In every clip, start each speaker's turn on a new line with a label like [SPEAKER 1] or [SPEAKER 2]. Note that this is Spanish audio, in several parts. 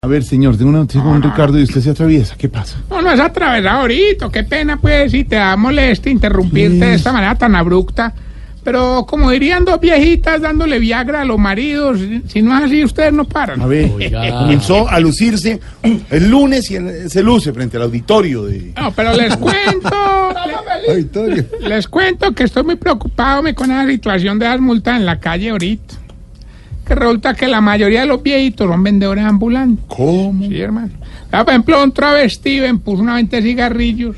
[SPEAKER 1] A ver, señor, tengo una noticia
[SPEAKER 2] Ah.
[SPEAKER 1] con Ricardo y usted se atraviesa. ¿Qué pasa?
[SPEAKER 2] No, no es atravesado, Rito. Qué pena, pues, si te da molestia interrumpirte de esta manera tan abrupta. Pero como dirían dos viejitas dándole Viagra a los maridos, si no es así, ustedes no paran.
[SPEAKER 1] A ver, comenzó a lucirse el lunes y el- se luce frente al auditorio de...
[SPEAKER 2] No, pero les cuento. le-
[SPEAKER 1] Auditorio.
[SPEAKER 2] les cuento que estoy muy preocupado me, con la situación de las multas en la calle ahorita. Que resulta que la mayoría de los viejitos son vendedores ambulantes.
[SPEAKER 1] ¿Cómo?
[SPEAKER 2] Sí, hermano. Ah, por ejemplo, un travesti ven, puso una venta de cigarrillos.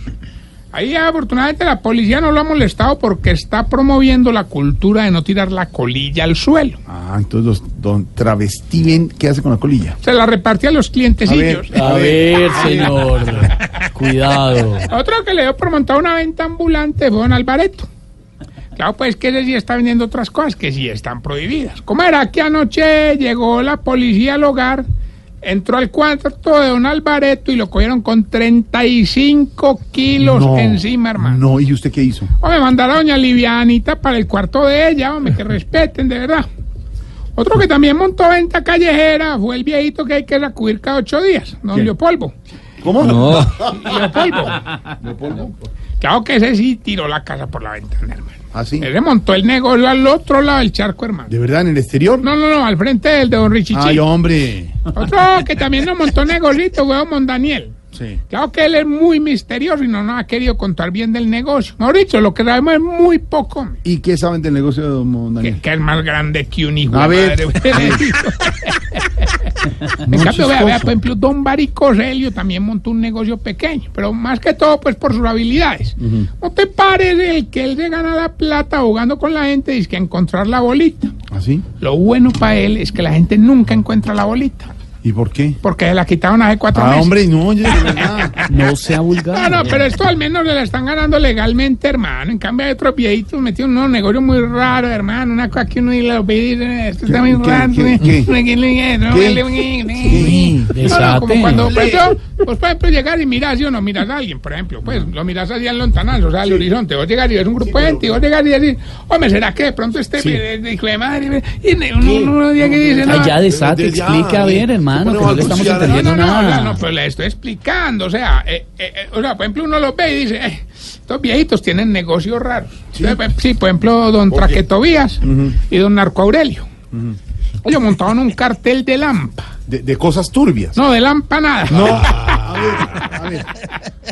[SPEAKER 2] Ahí afortunadamente la policía no lo ha molestado porque está promoviendo la cultura de no tirar la colilla al suelo.
[SPEAKER 1] Ah, entonces los don travestiven, ¿qué hace con la colilla?
[SPEAKER 2] Se la repartía a los clientecillos.
[SPEAKER 1] A
[SPEAKER 3] A
[SPEAKER 1] ver.
[SPEAKER 3] ver, señor. Cuidado.
[SPEAKER 2] Otro que le dio por montar una venta ambulante fue don Alvareto. Claro, pues que ese sí está vendiendo otras cosas que sí están prohibidas. ¿Cómo era que anoche llegó la policía al hogar, entró al cuarto de don Alvareto y lo cogieron con 35 kilos encima, hermano?
[SPEAKER 1] No, ¿y usted qué hizo?
[SPEAKER 2] O me mandaron a doña Livianita para el cuarto de ella, hombre, que respeten, de verdad. Otro que también montó venta callejera fue el viejito que hay que sacudir cada ocho días, don
[SPEAKER 1] ¿Quién?
[SPEAKER 2] Leopoldo.
[SPEAKER 1] ¿Cómo?
[SPEAKER 2] Leopoldo. Claro que ese sí tiró la casa por la ventana, hermano.
[SPEAKER 1] ¿Ah, sí?
[SPEAKER 2] Ese montó el negocio al otro lado del charco, hermano.
[SPEAKER 1] ¿De verdad en el exterior?
[SPEAKER 2] No, no, no, al frente del de don Richichi.
[SPEAKER 1] Ay, hombre.
[SPEAKER 2] Otro que también nos montó negocito fue don Mondaniel.
[SPEAKER 1] Sí.
[SPEAKER 2] Claro que él es muy misterioso y no nos ha querido contar bien del negocio. Mejor dicho, lo que sabemos es muy poco. hombre.
[SPEAKER 1] ¿Y qué saben del negocio de don
[SPEAKER 2] que,
[SPEAKER 1] Daniel?
[SPEAKER 2] que es más grande que un hijo.
[SPEAKER 1] A
[SPEAKER 2] de
[SPEAKER 1] ver.
[SPEAKER 2] madre. en cambio, vea, pues, vea, por ejemplo, Don Barico Celio también montó un negocio pequeño, pero más que todo, pues por sus habilidades. ¿No te parece el que él se gana la plata jugando con la gente y es que a encontrar la bolita?
[SPEAKER 1] ¿Así?
[SPEAKER 2] Lo bueno para él es que la gente nunca encuentra la bolita,
[SPEAKER 1] ¿Y por qué?
[SPEAKER 2] porque se la quitaron hace cuatro
[SPEAKER 1] Ah,
[SPEAKER 2] meses.
[SPEAKER 1] hombre, no, oye, de verdad.
[SPEAKER 3] No sea vulgar.
[SPEAKER 2] Ah, No, no, pero esto al menos le la están ganando legalmente, hermano. En cambio, hay otros viejitos metidos en unos negocios muy raros, hermano. Una cosa que uno y los pide, esto está muy
[SPEAKER 1] ¿Qué?
[SPEAKER 2] raro.
[SPEAKER 1] ¿Qué? ¿Qué?
[SPEAKER 3] Sí,
[SPEAKER 2] No, no, como
[SPEAKER 3] desate.
[SPEAKER 2] cuando, pues yo, pues por ejemplo, llegar y mirar, si o no miras a alguien, por ejemplo, pues lo miras allá en lontanal, o sea, al horizonte, vos llegar y ves un grupo de gente, y vos llegar y decir, hombre, ¿será que de pronto este eh, hijo de madre? Y ne- uno, uno, día que dice,
[SPEAKER 3] Ay,
[SPEAKER 2] no,
[SPEAKER 3] ya desate,
[SPEAKER 1] Desde ya,
[SPEAKER 3] explique a ver,
[SPEAKER 1] eh,
[SPEAKER 3] hermano, que no
[SPEAKER 1] ¿cómo le va a
[SPEAKER 3] le estamos
[SPEAKER 1] anunciar a
[SPEAKER 2] No,
[SPEAKER 3] entendiendo
[SPEAKER 2] no, no, no,
[SPEAKER 3] nada.
[SPEAKER 2] no, pero le estoy explicando. O sea, eh, eh, eh, o sea, por ejemplo, uno los ve y dice, eh, estos viejitos tienen negocios raros. Entonces, pues, Sí, por ejemplo, don Traquetobías y don Narco Aurelio. Ellos montaron un cartel de lampa.
[SPEAKER 1] De, de cosas turbias.
[SPEAKER 2] No, de lampa nada.
[SPEAKER 1] No, a ver, a ver.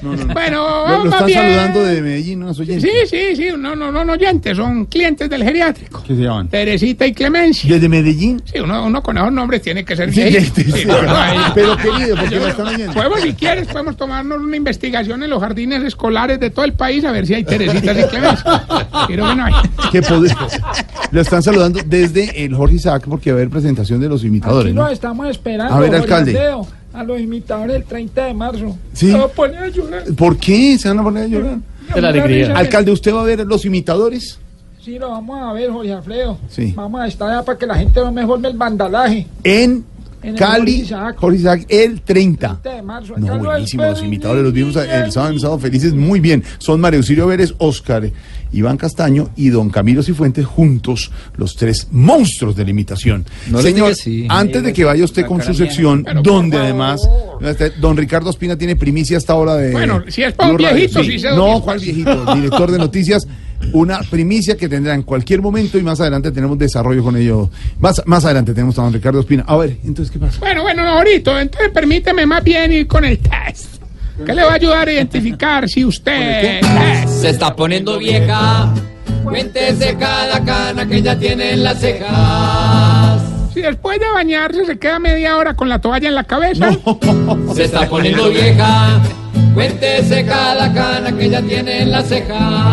[SPEAKER 2] Bueno,
[SPEAKER 1] Lo,
[SPEAKER 2] vamos
[SPEAKER 1] lo están
[SPEAKER 2] bien.
[SPEAKER 1] saludando de Medellín, ¿no? Soy
[SPEAKER 2] eh. Sí, sí, sí, no, no, no, no, oyentes, son clientes del geriátrico.
[SPEAKER 1] ¿Qué se llaman?
[SPEAKER 2] Teresita y Clemencia.
[SPEAKER 1] ¿Desde Medellín?
[SPEAKER 2] Sí, uno, uno con esos nombres tiene que ser
[SPEAKER 1] Sí,
[SPEAKER 2] viejito.
[SPEAKER 1] sí, sí.
[SPEAKER 2] Sí, no, no, ahí-
[SPEAKER 1] Pero querido, ¿por qué
[SPEAKER 2] Yo-
[SPEAKER 1] lo están oyendo?
[SPEAKER 2] Podemos, si quieres, podemos tomarnos una investigación en los jardines escolares de todo el país a ver si hay Teresitas y Clemencia. Pero bueno, hay.
[SPEAKER 1] ¿Qué poder? Lo están saludando desde el Jorge Isaac porque va a haber presentación de los imitadores.
[SPEAKER 4] Aquí
[SPEAKER 1] ¿no?
[SPEAKER 4] los estamos esperando.
[SPEAKER 1] A ver,
[SPEAKER 4] Jorge
[SPEAKER 1] alcalde.
[SPEAKER 4] Andeo, a los imitadores el 30 de marzo.
[SPEAKER 1] Sí.
[SPEAKER 4] Los pone a llorar.
[SPEAKER 1] ¿Por qué se van a poner a llorar?
[SPEAKER 3] De la
[SPEAKER 4] Una
[SPEAKER 3] alegría.
[SPEAKER 4] risa que-
[SPEAKER 1] Alcalde, ¿usted va a ver los imitadores?
[SPEAKER 4] Sí, lo vamos a ver, Jorge Alfredo.
[SPEAKER 1] Sí.
[SPEAKER 4] Vamos a estar allá para que la gente no me forme el bandalaje.
[SPEAKER 1] En
[SPEAKER 4] En el Jorge
[SPEAKER 1] Cali,
[SPEAKER 4] Isaac. Este
[SPEAKER 1] Jorge Isaac, el 30.
[SPEAKER 4] 30 de marzo.
[SPEAKER 1] No,
[SPEAKER 4] Acá lo
[SPEAKER 1] buenísimo,
[SPEAKER 4] espero
[SPEAKER 1] los
[SPEAKER 4] y-
[SPEAKER 1] imitadores los vimos el sábado, el sábado felices, muy bien. Son Mario Auxilio Vélez, Óscar, Iván Castaño y don Camilo Cifuentes juntos, los tres monstruos de la imitación. Señor, antes de que vaya usted con su sección,
[SPEAKER 2] Pero,
[SPEAKER 1] donde
[SPEAKER 2] por
[SPEAKER 1] además
[SPEAKER 2] favor.
[SPEAKER 1] este, don Ricardo Espina tiene primicia hasta ahora de...
[SPEAKER 2] Bueno, si es para un
[SPEAKER 1] Blue Radio.
[SPEAKER 2] viejito, sí se lo
[SPEAKER 1] No,
[SPEAKER 2] digo.
[SPEAKER 1] ¿cuál viejito? Director de noticias, una primicia que tendrá en cualquier momento y más adelante tenemos desarrollo con ello. Más, más adelante tenemos a don Ricardo Espina. A ver, entonces, ¿qué pasa?
[SPEAKER 2] Bueno, bueno, no, ahorita, entonces permíteme más bien ir con el test. Que le va a ayudar a identificar si usted es.
[SPEAKER 5] Se está poniendo vieja. Cuéntese cada cana que ya tiene en las cejas.
[SPEAKER 2] Si después de bañarse se queda media hora con la toalla en la cabeza.
[SPEAKER 5] Se está poniendo vieja. Cuéntese cada cana que ya tiene en las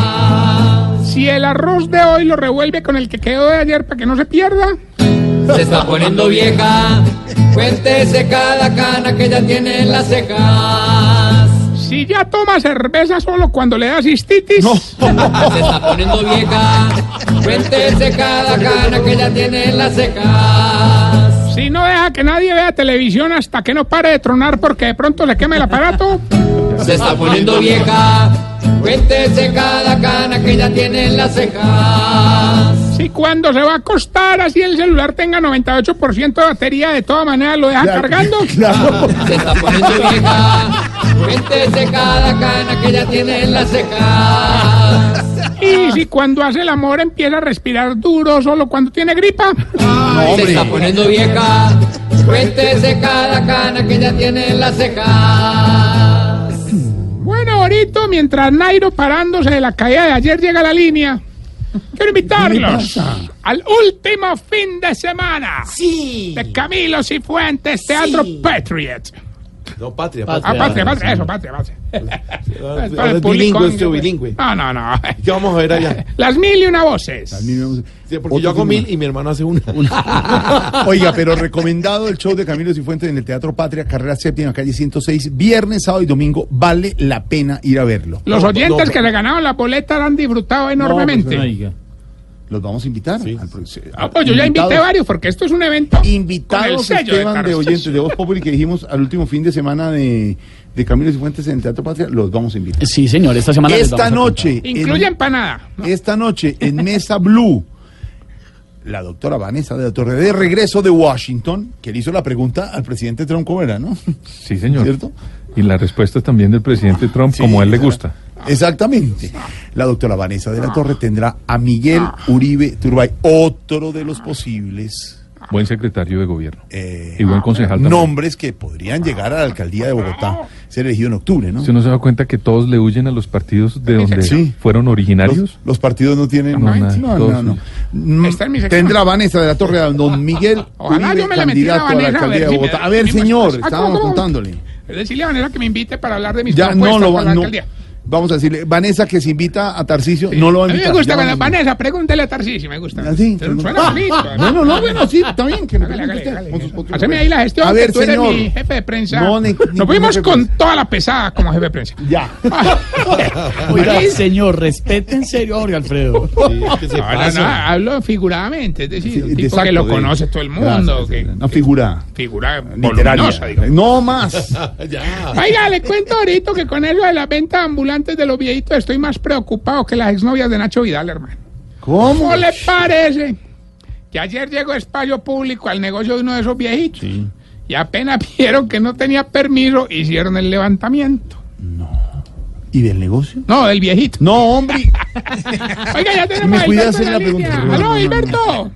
[SPEAKER 5] cejas.
[SPEAKER 2] Si el arroz de hoy lo revuelve con el que quedó de ayer para que no se pierda.
[SPEAKER 5] Se está poniendo vieja. Cuéntese cada cana que ya tiene en las cejas.
[SPEAKER 2] Si ya toma cerveza solo cuando le da cistitis.
[SPEAKER 5] Se está poniendo vieja. Cuéntese cada cana que ya tiene en las cejas.
[SPEAKER 2] Si no deja que nadie vea televisión hasta que no pare de tronar porque de pronto le quema el aparato.
[SPEAKER 5] Se está poniendo vieja. Cuéntese cada cana que ya tiene en las cejas.
[SPEAKER 2] Si cuando se va a acostar así el celular tenga 98% de batería, de todas maneras lo deja
[SPEAKER 1] Claro,
[SPEAKER 2] cargando. Ah.
[SPEAKER 1] Claro.
[SPEAKER 5] Se está poniendo vieja. Cuéntese cada cana que ya tiene en la ceja.
[SPEAKER 2] Y si cuando hace el amor empieza a respirar duro solo cuando tiene gripa.
[SPEAKER 5] Se está poniendo vieja. Cuéntese cada cana que ya tiene en la ceja.
[SPEAKER 2] Bueno, ahorita, mientras Nairo parándose de la caída de ayer llega a la línea, quiero invitarlos al último fin de semana
[SPEAKER 6] Sí.
[SPEAKER 2] de Camilo Cifuentes Teatro
[SPEAKER 6] Sí.
[SPEAKER 2] Patriot.
[SPEAKER 7] No, patria,
[SPEAKER 2] Ah,
[SPEAKER 7] patria.
[SPEAKER 2] patria, patria, eso, patria, patria.
[SPEAKER 7] Ahora es
[SPEAKER 2] Para el público
[SPEAKER 7] bilingüe, este
[SPEAKER 2] inglés.
[SPEAKER 7] bilingüe.
[SPEAKER 2] No, no, no.
[SPEAKER 7] ¿Qué vamos a ver allá?
[SPEAKER 2] Las mil y una voces.
[SPEAKER 7] Sí, porque yo hago mil y mi hermano hace una.
[SPEAKER 1] Oiga, pero recomendado el show de Camilo Cifuentes en el Teatro Patria, carrera séptima, calle 106, viernes, sábado y domingo. Vale la pena ir a verlo.
[SPEAKER 2] Los
[SPEAKER 7] No,
[SPEAKER 2] oyentes
[SPEAKER 7] no,
[SPEAKER 2] que
[SPEAKER 7] no.
[SPEAKER 2] le ganaron la boleta la han disfrutado enormemente.
[SPEAKER 3] No, pues, oiga.
[SPEAKER 1] Los vamos a invitar.
[SPEAKER 7] Sí.
[SPEAKER 1] al pro- se-
[SPEAKER 2] Ah, pues yo ya
[SPEAKER 1] invitados-
[SPEAKER 2] invité varios porque esto es un evento. con el
[SPEAKER 1] Invitados,
[SPEAKER 2] sello de
[SPEAKER 1] Esteban, de
[SPEAKER 2] Carlos.
[SPEAKER 1] oyentes de Voz Populi que dijimos al último fin de semana de, de Camilo Cifuentes en el Teatro Patria, los vamos a invitar.
[SPEAKER 3] Sí, señor, esta semana. les vamos
[SPEAKER 1] Esta
[SPEAKER 3] a
[SPEAKER 1] noche. en-
[SPEAKER 2] Incluye empanada.
[SPEAKER 1] Esta noche en Mesa Blue, la doctora Vanessa de la Torre de regreso de Washington, que le hizo la pregunta al presidente Trump, ¿cómo era, no?
[SPEAKER 8] Sí, señor.
[SPEAKER 1] ¿Cierto?
[SPEAKER 8] Y la respuesta también del presidente Trump, como a él le gusta.
[SPEAKER 1] Exactamente. La doctora Vanessa de la Torre tendrá a Miguel Uribe Turbay, otro de los posibles
[SPEAKER 8] Buen secretario de gobierno.
[SPEAKER 1] eh,
[SPEAKER 8] Y buen concejal también.
[SPEAKER 1] nombres que podrían llegar a la alcaldía de Bogotá, ser elegido en octubre, ¿no?
[SPEAKER 8] ¿Usted no se da cuenta que todos le huyen a los partidos de donde
[SPEAKER 1] Sí.
[SPEAKER 8] fueron originarios?
[SPEAKER 1] Los, los partidos no tienen.
[SPEAKER 8] No, nada,
[SPEAKER 1] no, no,
[SPEAKER 8] todos
[SPEAKER 1] no.
[SPEAKER 8] son-
[SPEAKER 1] Mm,
[SPEAKER 2] Está en mi sección.
[SPEAKER 1] Tendrá Vanessa de la Torre a don Miguel
[SPEAKER 2] Ojalá
[SPEAKER 1] Uribe,
[SPEAKER 2] yo me la metiera
[SPEAKER 1] candidato
[SPEAKER 2] a
[SPEAKER 1] a la
[SPEAKER 2] Vanessa, a
[SPEAKER 1] alcaldía de
[SPEAKER 2] ver si me-
[SPEAKER 1] Bogotá. A ver,
[SPEAKER 2] si me-
[SPEAKER 1] señor,
[SPEAKER 2] Ah,
[SPEAKER 1] estábamos
[SPEAKER 2] ¿cómo?
[SPEAKER 1] contándole.
[SPEAKER 2] Es decirle a Vanessa que me invite para hablar de mis
[SPEAKER 1] Ya no
[SPEAKER 2] propuestas
[SPEAKER 1] lo va,
[SPEAKER 2] para la
[SPEAKER 1] no.
[SPEAKER 2] alcaldía.
[SPEAKER 1] Vamos a decirle, Vanessa que se invita a Tarcicio, no lo va a
[SPEAKER 2] a mí
[SPEAKER 1] invitar.
[SPEAKER 2] me gusta
[SPEAKER 1] ya
[SPEAKER 2] cuando
[SPEAKER 1] vamos a-
[SPEAKER 2] Vanessa, pregúntele a Tarcísio, me gusta.
[SPEAKER 1] Así,
[SPEAKER 2] Pero
[SPEAKER 1] no-
[SPEAKER 2] suena
[SPEAKER 1] Ah,
[SPEAKER 2] bonito,
[SPEAKER 1] ah,
[SPEAKER 2] además.
[SPEAKER 1] No, no, no, bueno, sí, está bien. Que me
[SPEAKER 2] Hágale,
[SPEAKER 1] presente
[SPEAKER 2] hágale,
[SPEAKER 1] usted con sus
[SPEAKER 2] hágale.
[SPEAKER 1] propios
[SPEAKER 2] Haceme
[SPEAKER 1] medios.
[SPEAKER 2] ahí la gestión,
[SPEAKER 1] A ver,
[SPEAKER 2] que tú
[SPEAKER 1] señor.
[SPEAKER 2] eres mi jefe de prensa.
[SPEAKER 1] No, ni-
[SPEAKER 2] Nos
[SPEAKER 1] ningún
[SPEAKER 2] fuimos
[SPEAKER 1] jefe de
[SPEAKER 2] con
[SPEAKER 1] prensa.
[SPEAKER 2] toda la pesada como jefe de prensa.
[SPEAKER 1] Ya.
[SPEAKER 3] contar. Oiga, señor, respete en serio a Jorge Alfredo.
[SPEAKER 7] Sí, que se
[SPEAKER 2] Ahora
[SPEAKER 7] pasa.
[SPEAKER 2] no, hablo figuradamente, es decir,
[SPEAKER 1] Sí,
[SPEAKER 2] un tipo
[SPEAKER 1] exacto,
[SPEAKER 2] que lo
[SPEAKER 1] de-
[SPEAKER 2] conoce todo el mundo,
[SPEAKER 1] Gracias,
[SPEAKER 2] que
[SPEAKER 1] Una figura
[SPEAKER 2] figura
[SPEAKER 1] literaria.
[SPEAKER 2] voluminosa, digamos.
[SPEAKER 1] No más.
[SPEAKER 7] Ya.
[SPEAKER 2] Oiga, le cuento ahorita que con eso de las ventas ambulantes de los viejitos estoy más preocupado que las exnovias de Nacho Vidal, hermano.
[SPEAKER 1] ¿Cómo?
[SPEAKER 2] ¿Cómo le parece? Que ayer llegó espacio público al negocio de uno de esos viejitos. Y apenas vieron que no tenía permiso, hicieron el levantamiento.
[SPEAKER 1] ¿Y del negocio?
[SPEAKER 2] No, del viejito.
[SPEAKER 1] No, hombre.
[SPEAKER 2] Oiga, ya tenemos
[SPEAKER 1] Me
[SPEAKER 2] a
[SPEAKER 1] cuida
[SPEAKER 2] Hilberto
[SPEAKER 1] hacer
[SPEAKER 2] en
[SPEAKER 1] la
[SPEAKER 2] línea.
[SPEAKER 1] pregunta.
[SPEAKER 2] ¡Aló, Hilberto!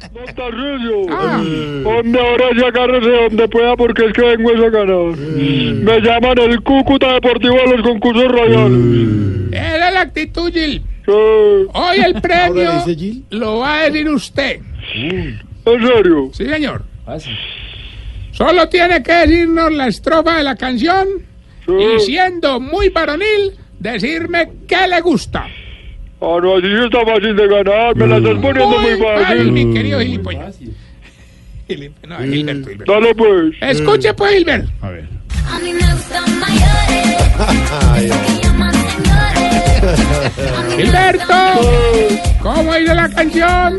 [SPEAKER 2] Ah,
[SPEAKER 9] Hombre, ahora sí agárrese donde pueda porque es que vengo es a ganar.
[SPEAKER 1] Mm.
[SPEAKER 9] Me llaman el Cúcuta Deportivo de los concursos
[SPEAKER 1] Mm.
[SPEAKER 9] royales.
[SPEAKER 2] era la actitud, Gil.
[SPEAKER 9] Eh,
[SPEAKER 2] Hoy el
[SPEAKER 7] Ahora
[SPEAKER 2] premio
[SPEAKER 7] dice Gil.
[SPEAKER 2] lo va a decir usted.
[SPEAKER 9] ¿En serio?
[SPEAKER 2] Sí, señor.
[SPEAKER 3] Ah,
[SPEAKER 2] Solo tiene que decirnos la estrofa de la canción
[SPEAKER 9] Mm.
[SPEAKER 2] y siendo muy varonil, decirme qué le gusta.
[SPEAKER 9] Ah, no, así sí está fácil de ganar. Me la estás poniendo muy fácil.
[SPEAKER 2] mi querido gilipollas. Gilip- no, Gilberto,
[SPEAKER 3] Mm.
[SPEAKER 2] Gilberto.
[SPEAKER 9] Dale pues.
[SPEAKER 2] Escuche pues, Gilbert.
[SPEAKER 1] A ver.
[SPEAKER 10] A mí me gustan mayores, que llaman señores. A
[SPEAKER 3] Ah.
[SPEAKER 10] mí me
[SPEAKER 2] Gilberto, ¿cómo dice la canción?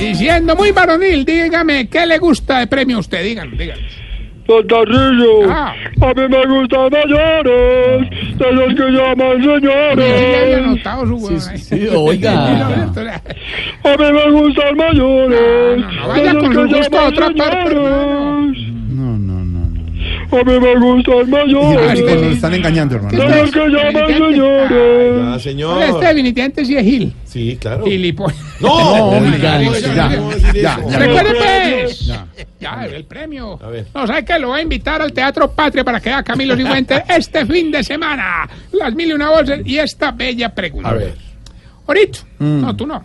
[SPEAKER 2] Y siendo muy varonil, dígame qué le gusta de premio a usted, díganlo, díganlo.
[SPEAKER 9] Don Tarrillo.
[SPEAKER 2] Ah.
[SPEAKER 9] A mí me gustan mayores. De los que llaman
[SPEAKER 2] Sí, había
[SPEAKER 9] señores.
[SPEAKER 2] anotado su huevón ahí.
[SPEAKER 3] Sí, oiga.
[SPEAKER 2] Gilberto, ya.
[SPEAKER 9] A mí me gustan mayores.
[SPEAKER 2] No, no, no, vaya
[SPEAKER 9] de los
[SPEAKER 2] con su
[SPEAKER 9] que
[SPEAKER 2] gusto a otra
[SPEAKER 9] llaman
[SPEAKER 2] parte, hermano.
[SPEAKER 9] señores.
[SPEAKER 1] No, no, no. no.
[SPEAKER 9] A mí me gustan
[SPEAKER 1] Ah, es que
[SPEAKER 9] mayores.
[SPEAKER 1] nos están engañando, hermano.
[SPEAKER 9] De los que llaman señores.
[SPEAKER 7] Ya, señor.
[SPEAKER 2] Este definitivamente sí es Gil.
[SPEAKER 7] Sí, claro.
[SPEAKER 2] Gilipollas.
[SPEAKER 7] No,
[SPEAKER 3] No,
[SPEAKER 7] ya,
[SPEAKER 3] oiga,
[SPEAKER 7] ya,
[SPEAKER 1] ya,
[SPEAKER 7] ya,
[SPEAKER 1] ya.
[SPEAKER 2] Recuerden
[SPEAKER 9] premio.
[SPEAKER 2] pues. Ya, el premio.
[SPEAKER 7] A ver.
[SPEAKER 2] No, ¿sabes qué? Lo voy a invitar al Teatro Patria para que haga Camilo Cifuentes este fin de semana. Las mil y una voces y esta bella pregunta.
[SPEAKER 7] A ver. Mm.
[SPEAKER 2] Ahorita. No, tú no.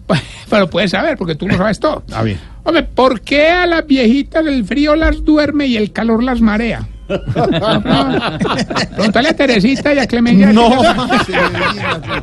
[SPEAKER 2] Pero puedes saber porque tú no sabes todo.
[SPEAKER 7] Ah,
[SPEAKER 1] A ver.
[SPEAKER 2] Hombre, ¿por qué a las viejitas el frío las duerme y el calor las marea? No. Pregúntale a Teresita y a Clemencia.
[SPEAKER 1] No más.